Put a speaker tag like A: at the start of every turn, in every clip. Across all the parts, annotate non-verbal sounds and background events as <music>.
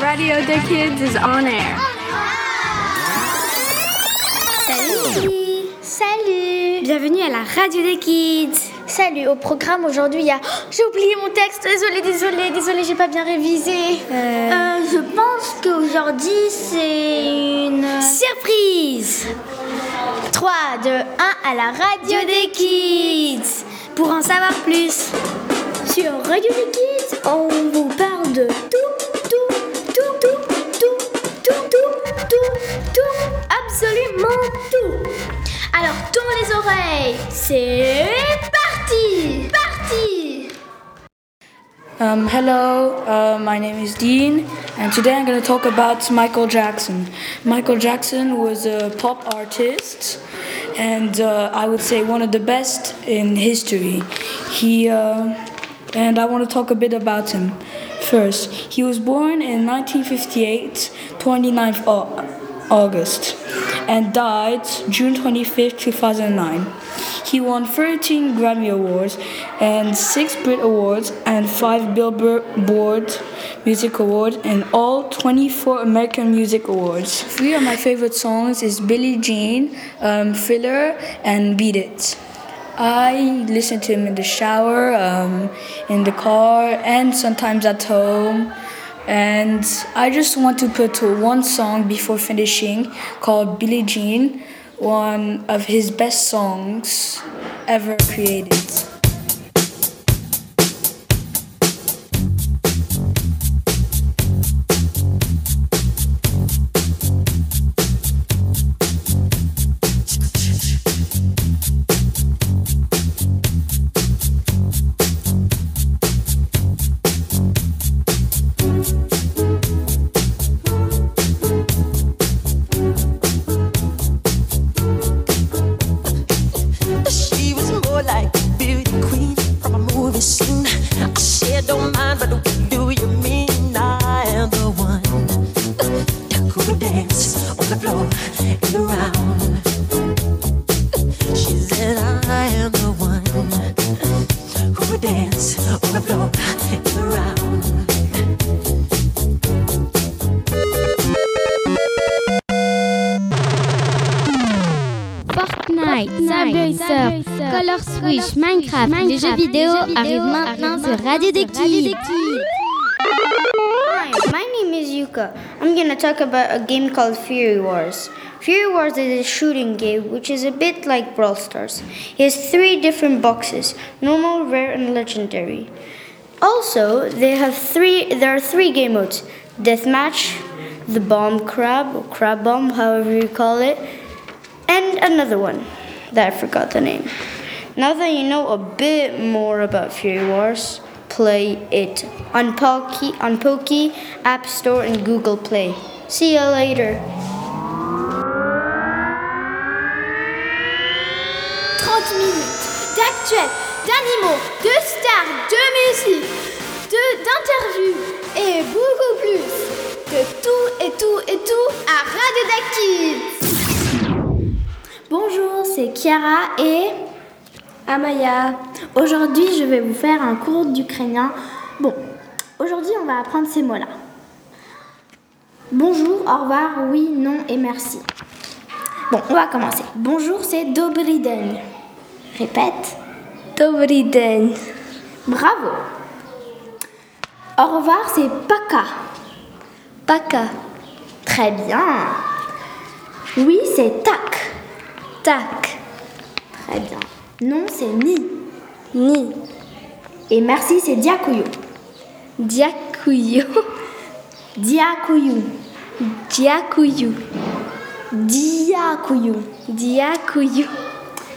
A: Radio Des Kids is on air.
B: Salut Salut
C: Bienvenue à la radio des kids
B: Salut, au programme aujourd'hui, il y a... Oh, j'ai oublié mon texte, désolé, désolé, désolé, j'ai pas bien révisé.
C: Euh, Je pense qu'aujourd'hui c'est une...
B: Surprise 3, 2, 1, à la radio des kids
C: Pour en savoir plus
B: Sur Radio des Kids, on vous parle de tout, tout, tout, tout, tout, tout, tout, tout, tout, absolument tout. Alors tourne les oreilles, c'est parti, parti.
D: Um, hello, uh, my name is Dean, and today I'm going to talk about Michael Jackson. Michael Jackson was a pop artist, and uh, I would say one of the best in history. He uh, and I want to talk a bit about him. First, he was born in 1958, 29th Au- August, and died June 25th, 2009. He won 13 Grammy Awards and 6 Brit Awards and 5 Billboard Music Awards and all 24 American Music Awards. Three of my favorite songs is Billie Jean, um, Thriller, and Beat It. I listen to him in the shower, um, in the car, and sometimes at home. And I just want to put to one song before finishing called Billie Jean, one of his best songs ever created.
E: She was more like a beauty queen from a movie scene. I sure don't mind, but what do you mean? I am the one who will dance on the floor and around. She said, I am the one who will dance on the floor and around.
F: Fortnite, Subway Surf, Color Switch, Minecraft, les jeux vidéo arrivent maintenant sur Radio des Kids.
G: Hi, my name is Yuka. I'm gonna talk about a game called Fury Wars. Fury Wars is a shooting game which is a bit like Brawl Stars. It has three different boxes: normal, rare, and legendary. Also, they have three. There are three game modes: deathmatch, the bomb crab or crab bomb, however you call it, and another one that I forgot the name. Now that you know a bit more about Fury Wars, play it on Poki, on Poki, App Store, and Google Play. See you later.
B: Bonjour, c'est Chiara et Amaya. Aujourd'hui, je vais vous faire un cours d'ukrainien. Bon, aujourd'hui, on va apprendre ces mots-là. Bonjour, au revoir, oui, non et merci. Bon, on va commencer. Bonjour, c'est Dobrý den. Répète. Dobrý den. Bravo. Au revoir, c'est Paka. Paka. Très bien. Oui, c'est tac. Tac. Très bien. Non, c'est ni. Ni. Et merci, c'est diakouyou. <laughs> Diakouyou. Diakouyou. Diakouyou. Diakouyou. Diakouyou.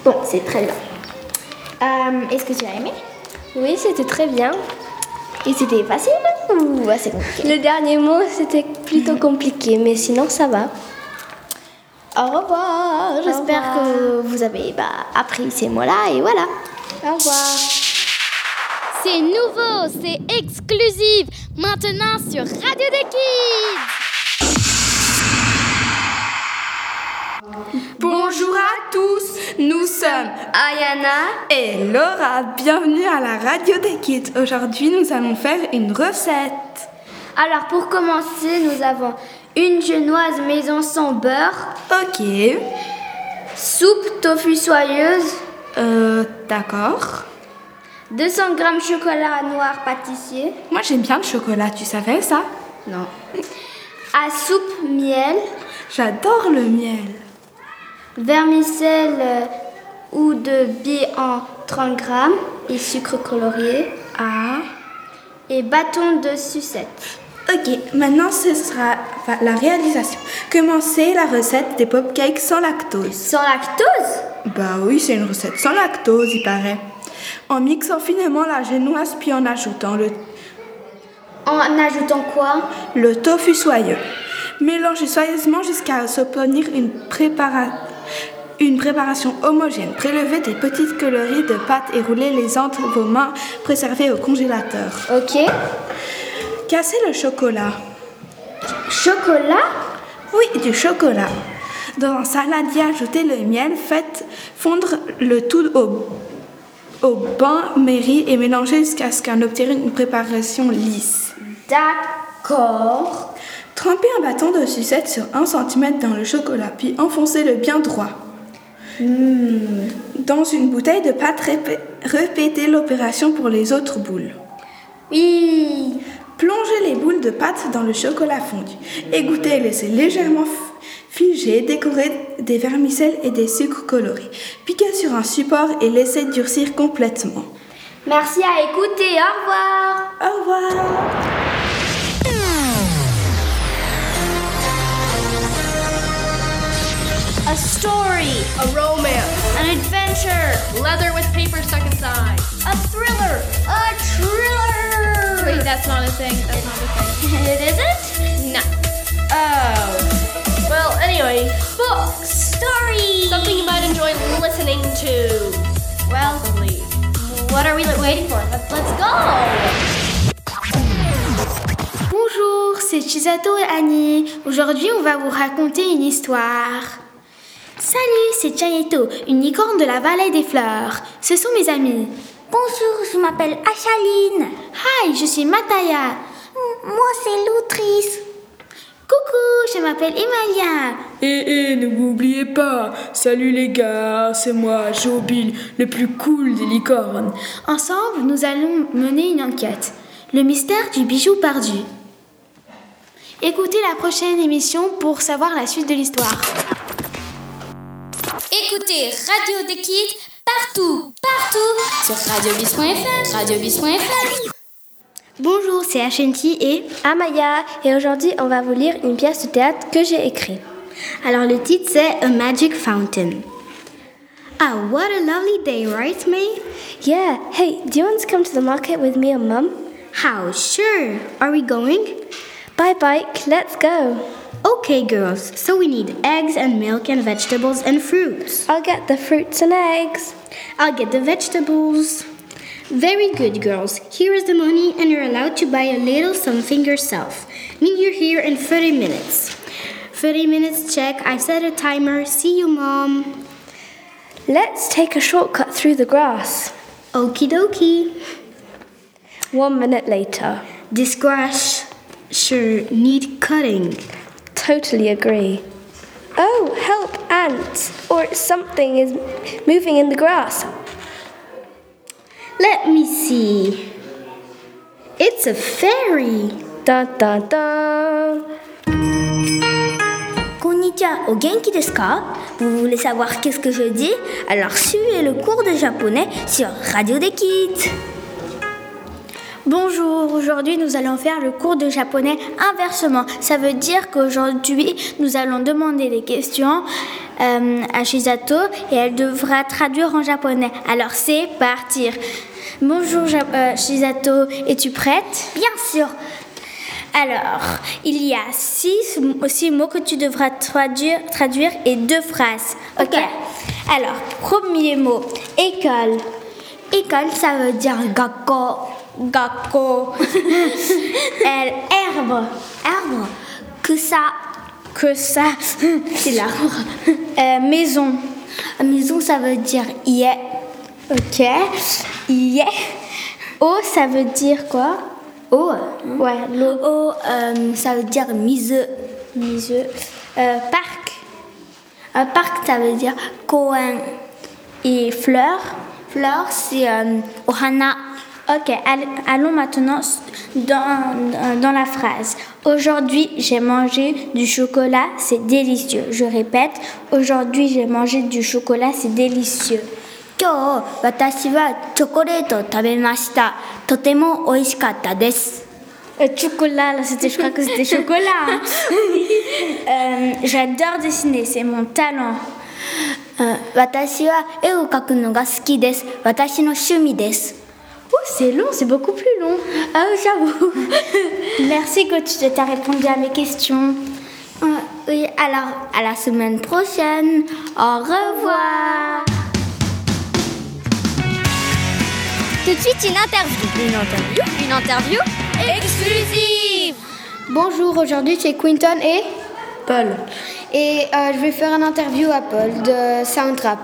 B: Bon, c'est très bien. Euh, Est-ce que tu as aimé Oui, c'était très bien. Et c'était facile ou assez compliqué Le dernier mot, c'était plutôt compliqué, mais sinon, ça va. Au revoir. J'espère que vous avez bah, appris ces mots-là et voilà. Au revoir.
F: C'est nouveau, c'est exclusif, maintenant sur Radio des Kids.
H: Bonjour à tous, nous sommes Ayana et Laura. Bienvenue à la radio des kids. Aujourd'hui, nous allons faire une recette.
D: Alors pour commencer, nous avons une genoise maison sans beurre,
H: Ok.
D: soupe tofu soyeuse,
H: Euh, d'accord.
D: 200 g chocolat noir pâtissier,
H: Moi j'aime bien le chocolat, tu savais ça Non.
D: à soupe miel,
H: J'adore le miel.
D: vermicelle euh, ou de billes en 30 g et sucre colorié
H: Ah.
D: et bâton de sucette.
H: Ok, maintenant ce sera enfin, la réalisation. Commencez la recette des popcakes sans lactose.
D: Sans lactose
H: Bah oui, c'est une recette sans lactose, il paraît. En mixant finement la génoise puis en ajoutant le,
D: En ajoutant quoi
H: le tofu soyeux. Mélangez soigneusement jusqu'à obtenir une, prépara- une préparation homogène. Prélevez des petites coloris de pâte et roulez les entre vos mains préservées au congélateur.
D: Ok.
H: Cassez le chocolat.
D: Chocolat
H: Oui, du chocolat. Dans un saladier, ajoutez le miel, faites fondre le tout au, au bain mairie et mélangez jusqu'à ce qu'on obtienne une préparation lisse.
D: D'accord.
H: Trempez un bâton de sucette sur 1 cm dans le chocolat, puis enfoncez-le bien droit. Hmm. Dans une bouteille de pâte, répé- répétez l'opération pour les autres boules.
D: Oui.
H: Plongez les boules de pâte dans le chocolat fondu. Égouttez et laissez légèrement f- figer, décorez des vermicelles et des sucres colorés. Piquez sur un support et laissez durcir complètement.
D: Merci à écouter. Au revoir.
H: Au revoir
C: A story.
H: A romance
C: An adventure.
I: Leather with paper stuck inside.
C: A thriller. A thriller.
I: Wait, that's not a thing. That's not a thing.
C: It isn't? No. Oh.
I: Well, anyway,
C: Book. Story.
I: something you might enjoy listening to.
C: Well,
I: Probably.
C: what are we li- waiting for? Let's, let's go.
B: Bonjour, c'est Chisato et Annie. Aujourd'hui, on va vous raconter une histoire. Salut, c'est Chayeto, une licorne de la vallée des fleurs. Ce sont mes amis.
C: Bonjour, je m'appelle Achaline.
B: Hi, je suis Mataya.
C: Moi, c'est l'autrice.
B: Coucou, je m'appelle Emalia.
J: Eh eh, ne m'oubliez pas Salut les gars, c'est moi, Jobil, le plus cool des licornes.
B: Ensemble, nous allons mener une enquête. Le mystère du bijou perdu. Écoutez la prochaine émission pour savoir la suite de l'histoire.
K: Écoutez Radio des Kids partout, partout sur radiobis.fr, radiobis.fr.
B: Bonjour, c'est Ashanti et
D: Amaya et aujourd'hui on va vous lire une pièce de théâtre que j'ai écrite. Alors le titre c'est A Magic Fountain.
B: Ah, what a lovely day, right, May?
D: Yeah, hey, do you want to come to the market with me and mum?
B: How sure? Are we going?
D: Bye bike, let's go.
B: Okay, girls, so we need eggs and milk and vegetables and fruits.
D: I'll get the fruits and eggs.
B: I'll get the vegetables. Very good, girls. Here is the money, and you're allowed to buy a little something yourself. Meet you here in 30 minutes. 30 minutes check. I set a timer. See you, Mom.
D: Let's take a shortcut through the grass.
B: Okie dokie.
D: One minute later.
B: This grass sure need cutting.
D: Totally agree. Oh, help, ant! Or something is moving in the grass.
B: Let me see. It's a fairy.
D: Dun dun dun!
C: こんにちは、お元気ですか Vous voulez savoir qu'est-ce que je dis Alors suivez le cours de japonais sur Radio des Kids.
B: Bonjour, aujourd'hui nous allons faire le cours de japonais inversement. Ça veut dire qu'aujourd'hui nous allons demander des questions euh, à Shizato et elle devra traduire en japonais. Alors c'est partir. Bonjour Ja- euh, Shizato, es-tu prête Bien sûr. Alors, il y a six, six mots que tu devras traduire, traduire et deux phrases. Ok. Alors, premier mot, école. École, ça veut dire gakko. Gakko. <laughs> Elle, herbe. Herbe. Que ça. Que ça. C'est l'arbre. Euh, maison. Maison, ça veut dire yé. Ok. Yé. Eau, ça veut dire quoi
K: Oh,
B: Ouais, l'eau.
K: oh euh, ça veut dire mise.
B: Miseux. Euh, parc. Euh,
K: Un parc, ça veut dire coin. Et fleur, fleur, c'est euh, ohana.
B: Ok, all- allons maintenant s- dans, dans- dans la phrase. Aujourd'hui, j'ai mangé du chocolat, c'est délicieux. Je répète, aujourd'hui, j'ai mangé du chocolat, c'est délicieux.
K: 今日私はチョコレートを食べました。とても美味しかったです。
B: Euh, chocolat, là, c'était, je crois que c'était chocolat. <laughs> hein. Euh, j'adore dessiner, c'est mon talent.
K: うん Euh, 私は絵を描くのが好きです。私の趣味です。
B: Oh, c'est long, c'est beaucoup plus long. Ah,
K: <laughs>
B: j'avoue. Merci, coach, de t'avoir répondu à mes questions.
K: Euh, oui, alors à la semaine prochaine. Au revoir.
L: Tout de suite, une interview. Une interview Une interview exclusive
B: Bonjour, aujourd'hui c'est Quinton et Paul. Et euh, je vais faire une interview à Paul de Soundtrap.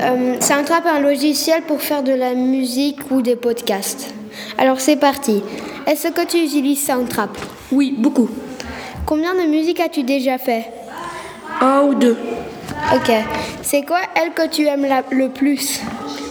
B: Euh, Soundtrap est un logiciel pour faire de la musique ou des podcasts. Alors c'est parti. Est-ce que tu utilises Soundtrap
M: Oui, beaucoup.
B: Combien de musique as-tu déjà fait
M: Un ou deux.
B: Ok. C'est quoi elle que tu aimes la- le plus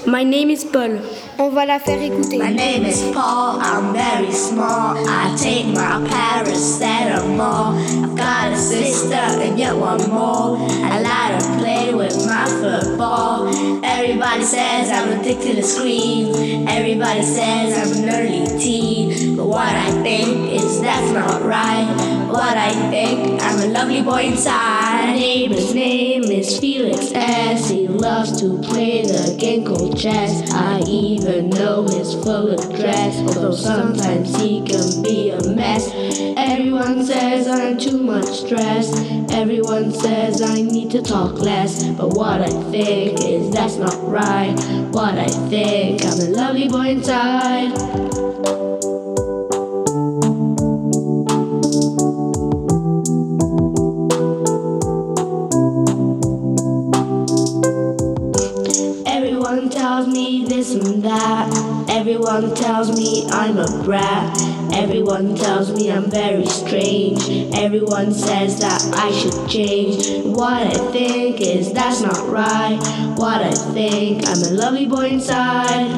M: My name is Paul.
B: On va la faire écouter.
D: name is Paul, I'm very small. I take my paracetamol. I've got a sister and yet one more. I like to play with my football. Everybody says I'm addicted to screen. Everybody says I'm an early teen. But what I think is that's not right. What I think, I'm a lovely boy inside. My neighbor's name is Felix S. He loves to play the game called chess. I even know his full address, although sometimes he can be a mess. Everyone says I'm too much stress. Everyone says I need to talk less. But what I think is that's not right. What I think, I'm a lovely boy inside. Everyone tells me this and that. Everyone tells me I'm a brat. Everyone tells me I'm very strange. Everyone says that I should change. What I think is that's not right. What I think, I'm a lovely boy inside.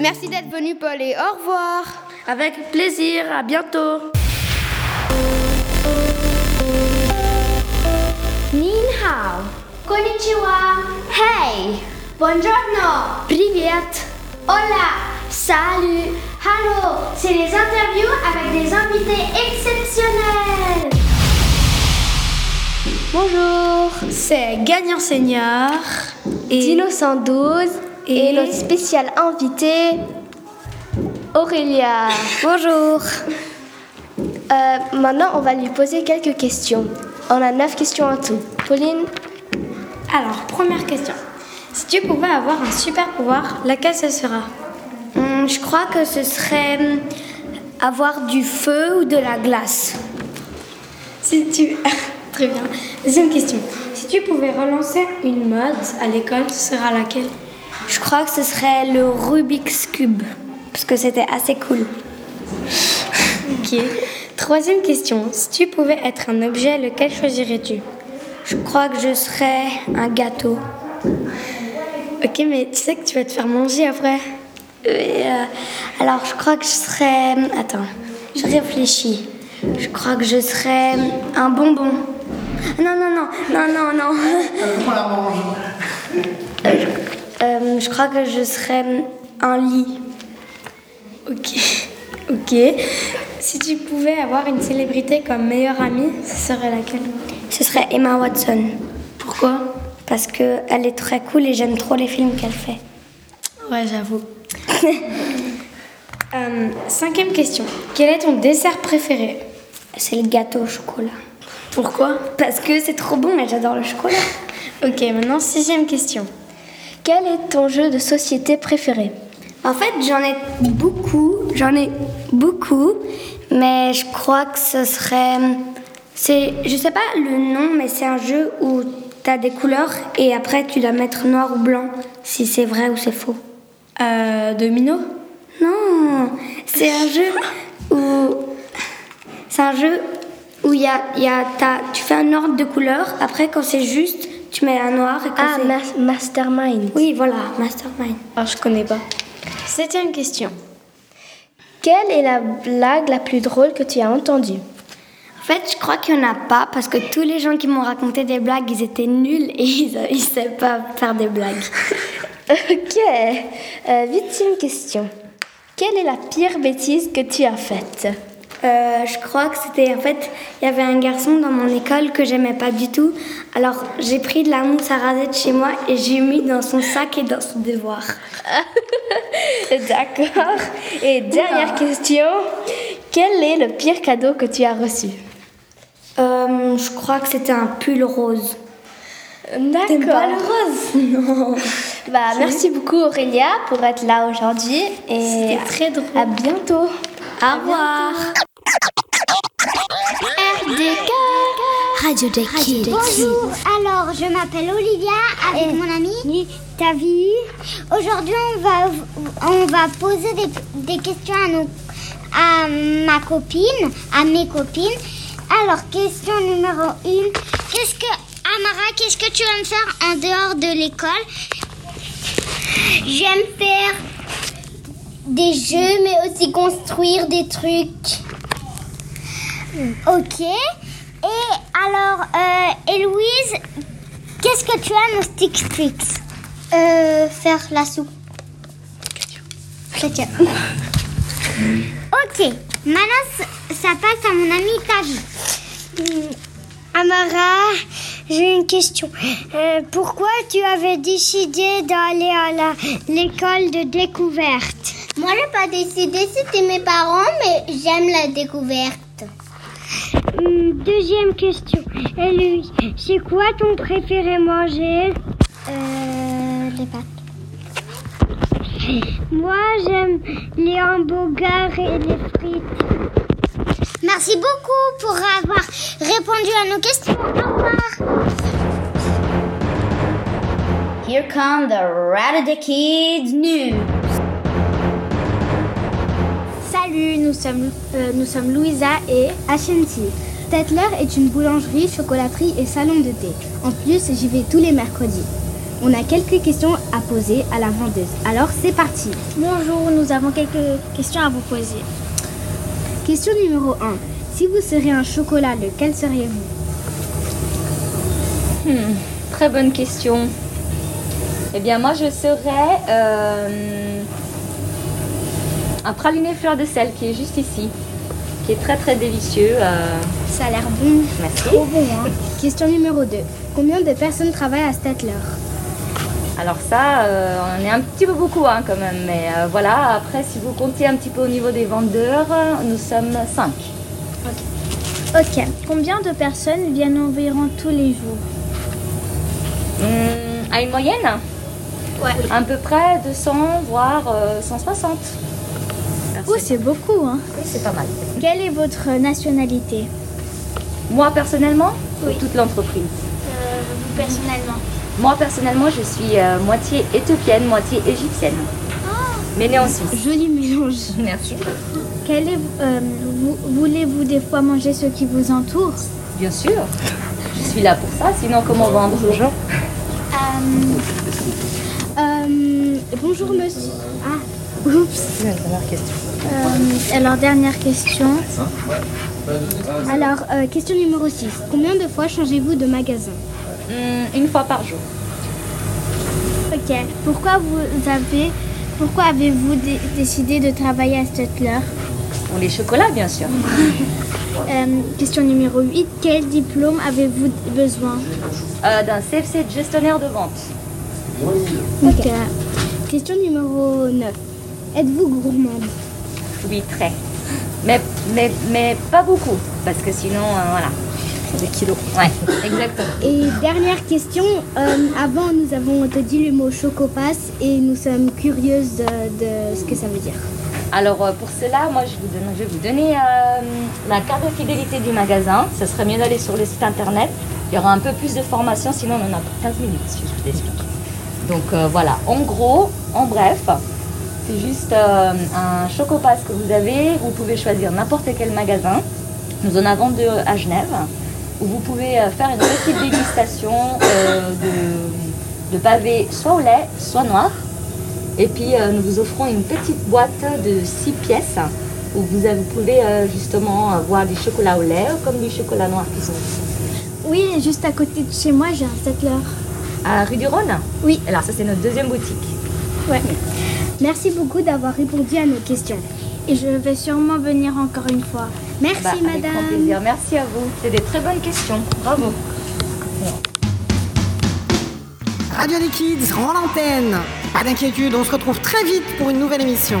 B: Merci d'être venu Paul et au revoir.
M: Avec plaisir, à bientôt.
K: Nin hao. Konnichiwa. Hey. Buongiorno. Привет. Hola. Salut. Hello. C'est les interviews avec des invités exceptionnels.
B: Bonjour. C'est Gagnant Senior et Dino 112 et, notre spécial invité Aurélia. <laughs> Bonjour. maintenant, on va lui poser quelques questions. On a neuf questions en tout. Pauline Alors, première question. Si tu pouvais avoir un super pouvoir, laquelle ce sera Hmm, Je crois que ce serait hmm, avoir du feu ou de la glace. Si tu... <laughs> Très bien. Deuxième question. Si tu pouvais relancer une mode à l'école, ce sera laquelle Je crois que ce serait le Rubik's Cube, parce que c'était assez cool. ok. Troisième question. Si tu pouvais être un objet, lequel choisirais-tu Je crois que je serais un gâteau. Ok, mais tu sais que tu vas te faire manger après euh, Alors, je crois que je serais... Attends, je réfléchis. Je crois que je serais un bonbon. Non, non, non, non, non, non. Euh, je crois que je serais un lit. Ok, ok. Si tu pouvais avoir une célébrité comme meilleure amie, ce serait laquelle Ce serait Emma Watson. Pourquoi Parce qu'elle est très cool et j'aime trop les films qu'elle fait. Ouais, j'avoue. <laughs> Euh, cinquième question. Quel est ton dessert préféré C'est le gâteau au chocolat. Pourquoi Parce que c'est trop bon et j'adore le chocolat. <laughs> ok, maintenant sixième question. Quel est ton jeu de société préféré En fait, j'en ai beaucoup, j'en ai beaucoup, mais je crois que ce serait. C'est, je sais pas le nom, mais c'est un jeu où t'as des couleurs et après tu dois mettre noir ou blanc, si c'est vrai ou c'est faux.
N: Euh, domino
B: Non, c'est un jeu où c'est un jeu où il y a, il y a- t'as- tu fais un ordre de couleurs. Après, quand c'est juste, tu mets un noir. Et quand
O: Ah,
B: Mastermind. Oui, voilà, Mastermind.
O: Ah, je connais pas. Septième question. Quelle est la blague la plus drôle que tu as entendue
B: En fait, je crois qu'il n'y en a pas parce que tous les gens qui m'ont raconté des blagues, ils étaient nuls et <laughs> ils ne savaient pas faire des blagues.
O: <laughs> Ok. Euh, huitième question. Quelle est la pire bêtise que tu as faite
B: Euh, je crois que c'était en fait, il y avait un garçon dans mon école que j'aimais pas du tout. Alors j'ai pris de la mousse à raser de chez moi et j'ai mis dans son sac et dans son devoir.
O: <laughs> D'accord. Et dernière question. Quel est le pire cadeau que tu as reçu
B: Euh, je crois que c'était un pull rose.
O: Euh, D'accord.
B: T'aimes pas le rose
O: <laughs> Non. Bah, merci beaucoup Aurélia pour être là aujourd'hui et très drôle. À bientôt. Au revoir.
F: RDK
C: Radio des Kids.
K: Bonjour, alors je m'appelle Olivia avec mon amie Tavi. Aujourd'hui on va, on va poser des, des questions à, nos, à ma copine, à mes copines. Alors question numéro 1, qu'est-ce que, Amara, qu'est-ce que tu aimes faire en dehors de l'école J'aime faire des jeux mais aussi construire des trucs. Ok. Et alors, euh, Héloïse, qu'est-ce que tu aimes au Stick Tricks Euh, Faire la soupe. <laughs> ok. Maintenant, c- ça passe à mon ami Tavi. Hmm. Amara, j'ai une question. Euh, pourquoi tu avais décidé d'aller à l'école de découverte Moi, je n'ai pas décidé, c'était mes parents, mais j'aime la découverte. Deuxième question. Et lui, c'est quoi ton préféré manger Euh. Les pâtes. Moi, j'aime les hamburgers et les frites. Merci beaucoup pour avoir répondu à nos questions. Au revoir.
P: Here come the Rat of the Kids news.
K: Salut, nous sommes, euh, nous sommes Louisa et Ashanti. Tetler est une boulangerie, chocolaterie et salon de thé. En plus, j'y vais tous les mercredis. On a quelques questions à poser à la vendeuse. Alors, c'est parti. Bonjour, nous avons quelques questions à vous poser. Question numéro 1. Si vous seriez un chocolat, lequel seriez-vous
Q: Hmm, très bonne question. Eh bien, moi, je serais euh, un praliné fleur de sel qui est juste ici, qui est très très délicieux. euh.
K: Ça a l'air bon.
Q: Merci.
K: Trop bon, hein. Question numéro 2. Combien de personnes travaillent à Stetler
Q: Alors ça, euh, on est un petit peu beaucoup hein, quand même, mais euh, voilà. Après, si vous comptez un petit peu au niveau des vendeurs, euh, nous sommes 5.
K: Ok. Combien de personnes viennent environ tous les jours
Q: Hum, à une moyenne Ouais. À peu près 200, voire euh, 160.
K: Oh, c'est beaucoup, hein
Q: Oui, c'est pas mal.
K: Quelle est votre nationalité
Q: Moi, personnellement, ou toute l'entreprise
K: Personnellement.
Q: Moi personnellement, je suis euh, moitié éthiopienne, moitié égyptienne. mais née en Suisse.
K: Joli mélange.
Q: Ah. Merci.
K: Quel est, euh, vous- voulez-vous des fois manger ce qui vous entoure
Q: Bien sûr. Je suis là pour ça, sinon comment vendre aux gens
K: Euh, Bonjour monsieur. Ah, oups.
R: Première question.
K: Euh, alors dernière question. Alors euh, question numéro 6. Combien de fois changez-vous de magasin
Q: Hum, Une fois par jour.
K: Ok. Pourquoi vous avez pourquoi avez-vous dé- décidé de travailler à Stutler
Q: Pour les chocolats, bien sûr.
K: Euh, Question numéro 8. Quel diplôme avez-vous besoin
Q: Euh, D'un CFC de gestionnaire de vente.
K: Ok. euh, Question numéro 9. Êtes-vous gourmande
Q: Oui, très. Mais, mais, mais pas beaucoup, parce que sinon, euh, voilà.
R: des kilos.
Q: Ouais, exactement.
K: Et dernière question. euh, avant, nous avons entendu le mot chocopasse et nous sommes curieuses de, de ce que ça veut dire.
Q: Alors euh, pour cela, moi je, vous donne- je vais vous donner euh, la carte de fidélité du magasin. Ce serait mieux d'aller sur le site internet. Il y aura un peu plus de formation, sinon on en a pour 15 minutes si je vous explique. Donc euh, voilà, en gros, en bref, c'est juste euh, un chocopass que vous avez. Vous pouvez choisir n'importe quel magasin. Nous en avons deux à Genève, où vous pouvez euh, faire une petite dégustation euh, de, de pavés soit au lait, soit noir. Et puis euh, nous vous offrons une petite boîte de 6 pièces où vous, avez- vous pouvez euh, justement avoir du chocolat au lait comme du chocolat noir qui sont
K: Oui, juste à côté de chez moi, j'ai un settler.
Q: à rue du Rhône.
K: Oui.
Q: Alors ça c'est notre deuxième boutique.
K: Ouais. Merci beaucoup d'avoir répondu à nos questions. Et je vais sûrement venir encore une fois. Merci
Q: Bah, avec grand
K: madame.
Q: plaisir. Merci à vous. C'est des très bonnes questions. Bravo.
R: Radio des Kids, rend l'antenne. Pas d'inquiétude, on se retrouve très vite pour une nouvelle émission.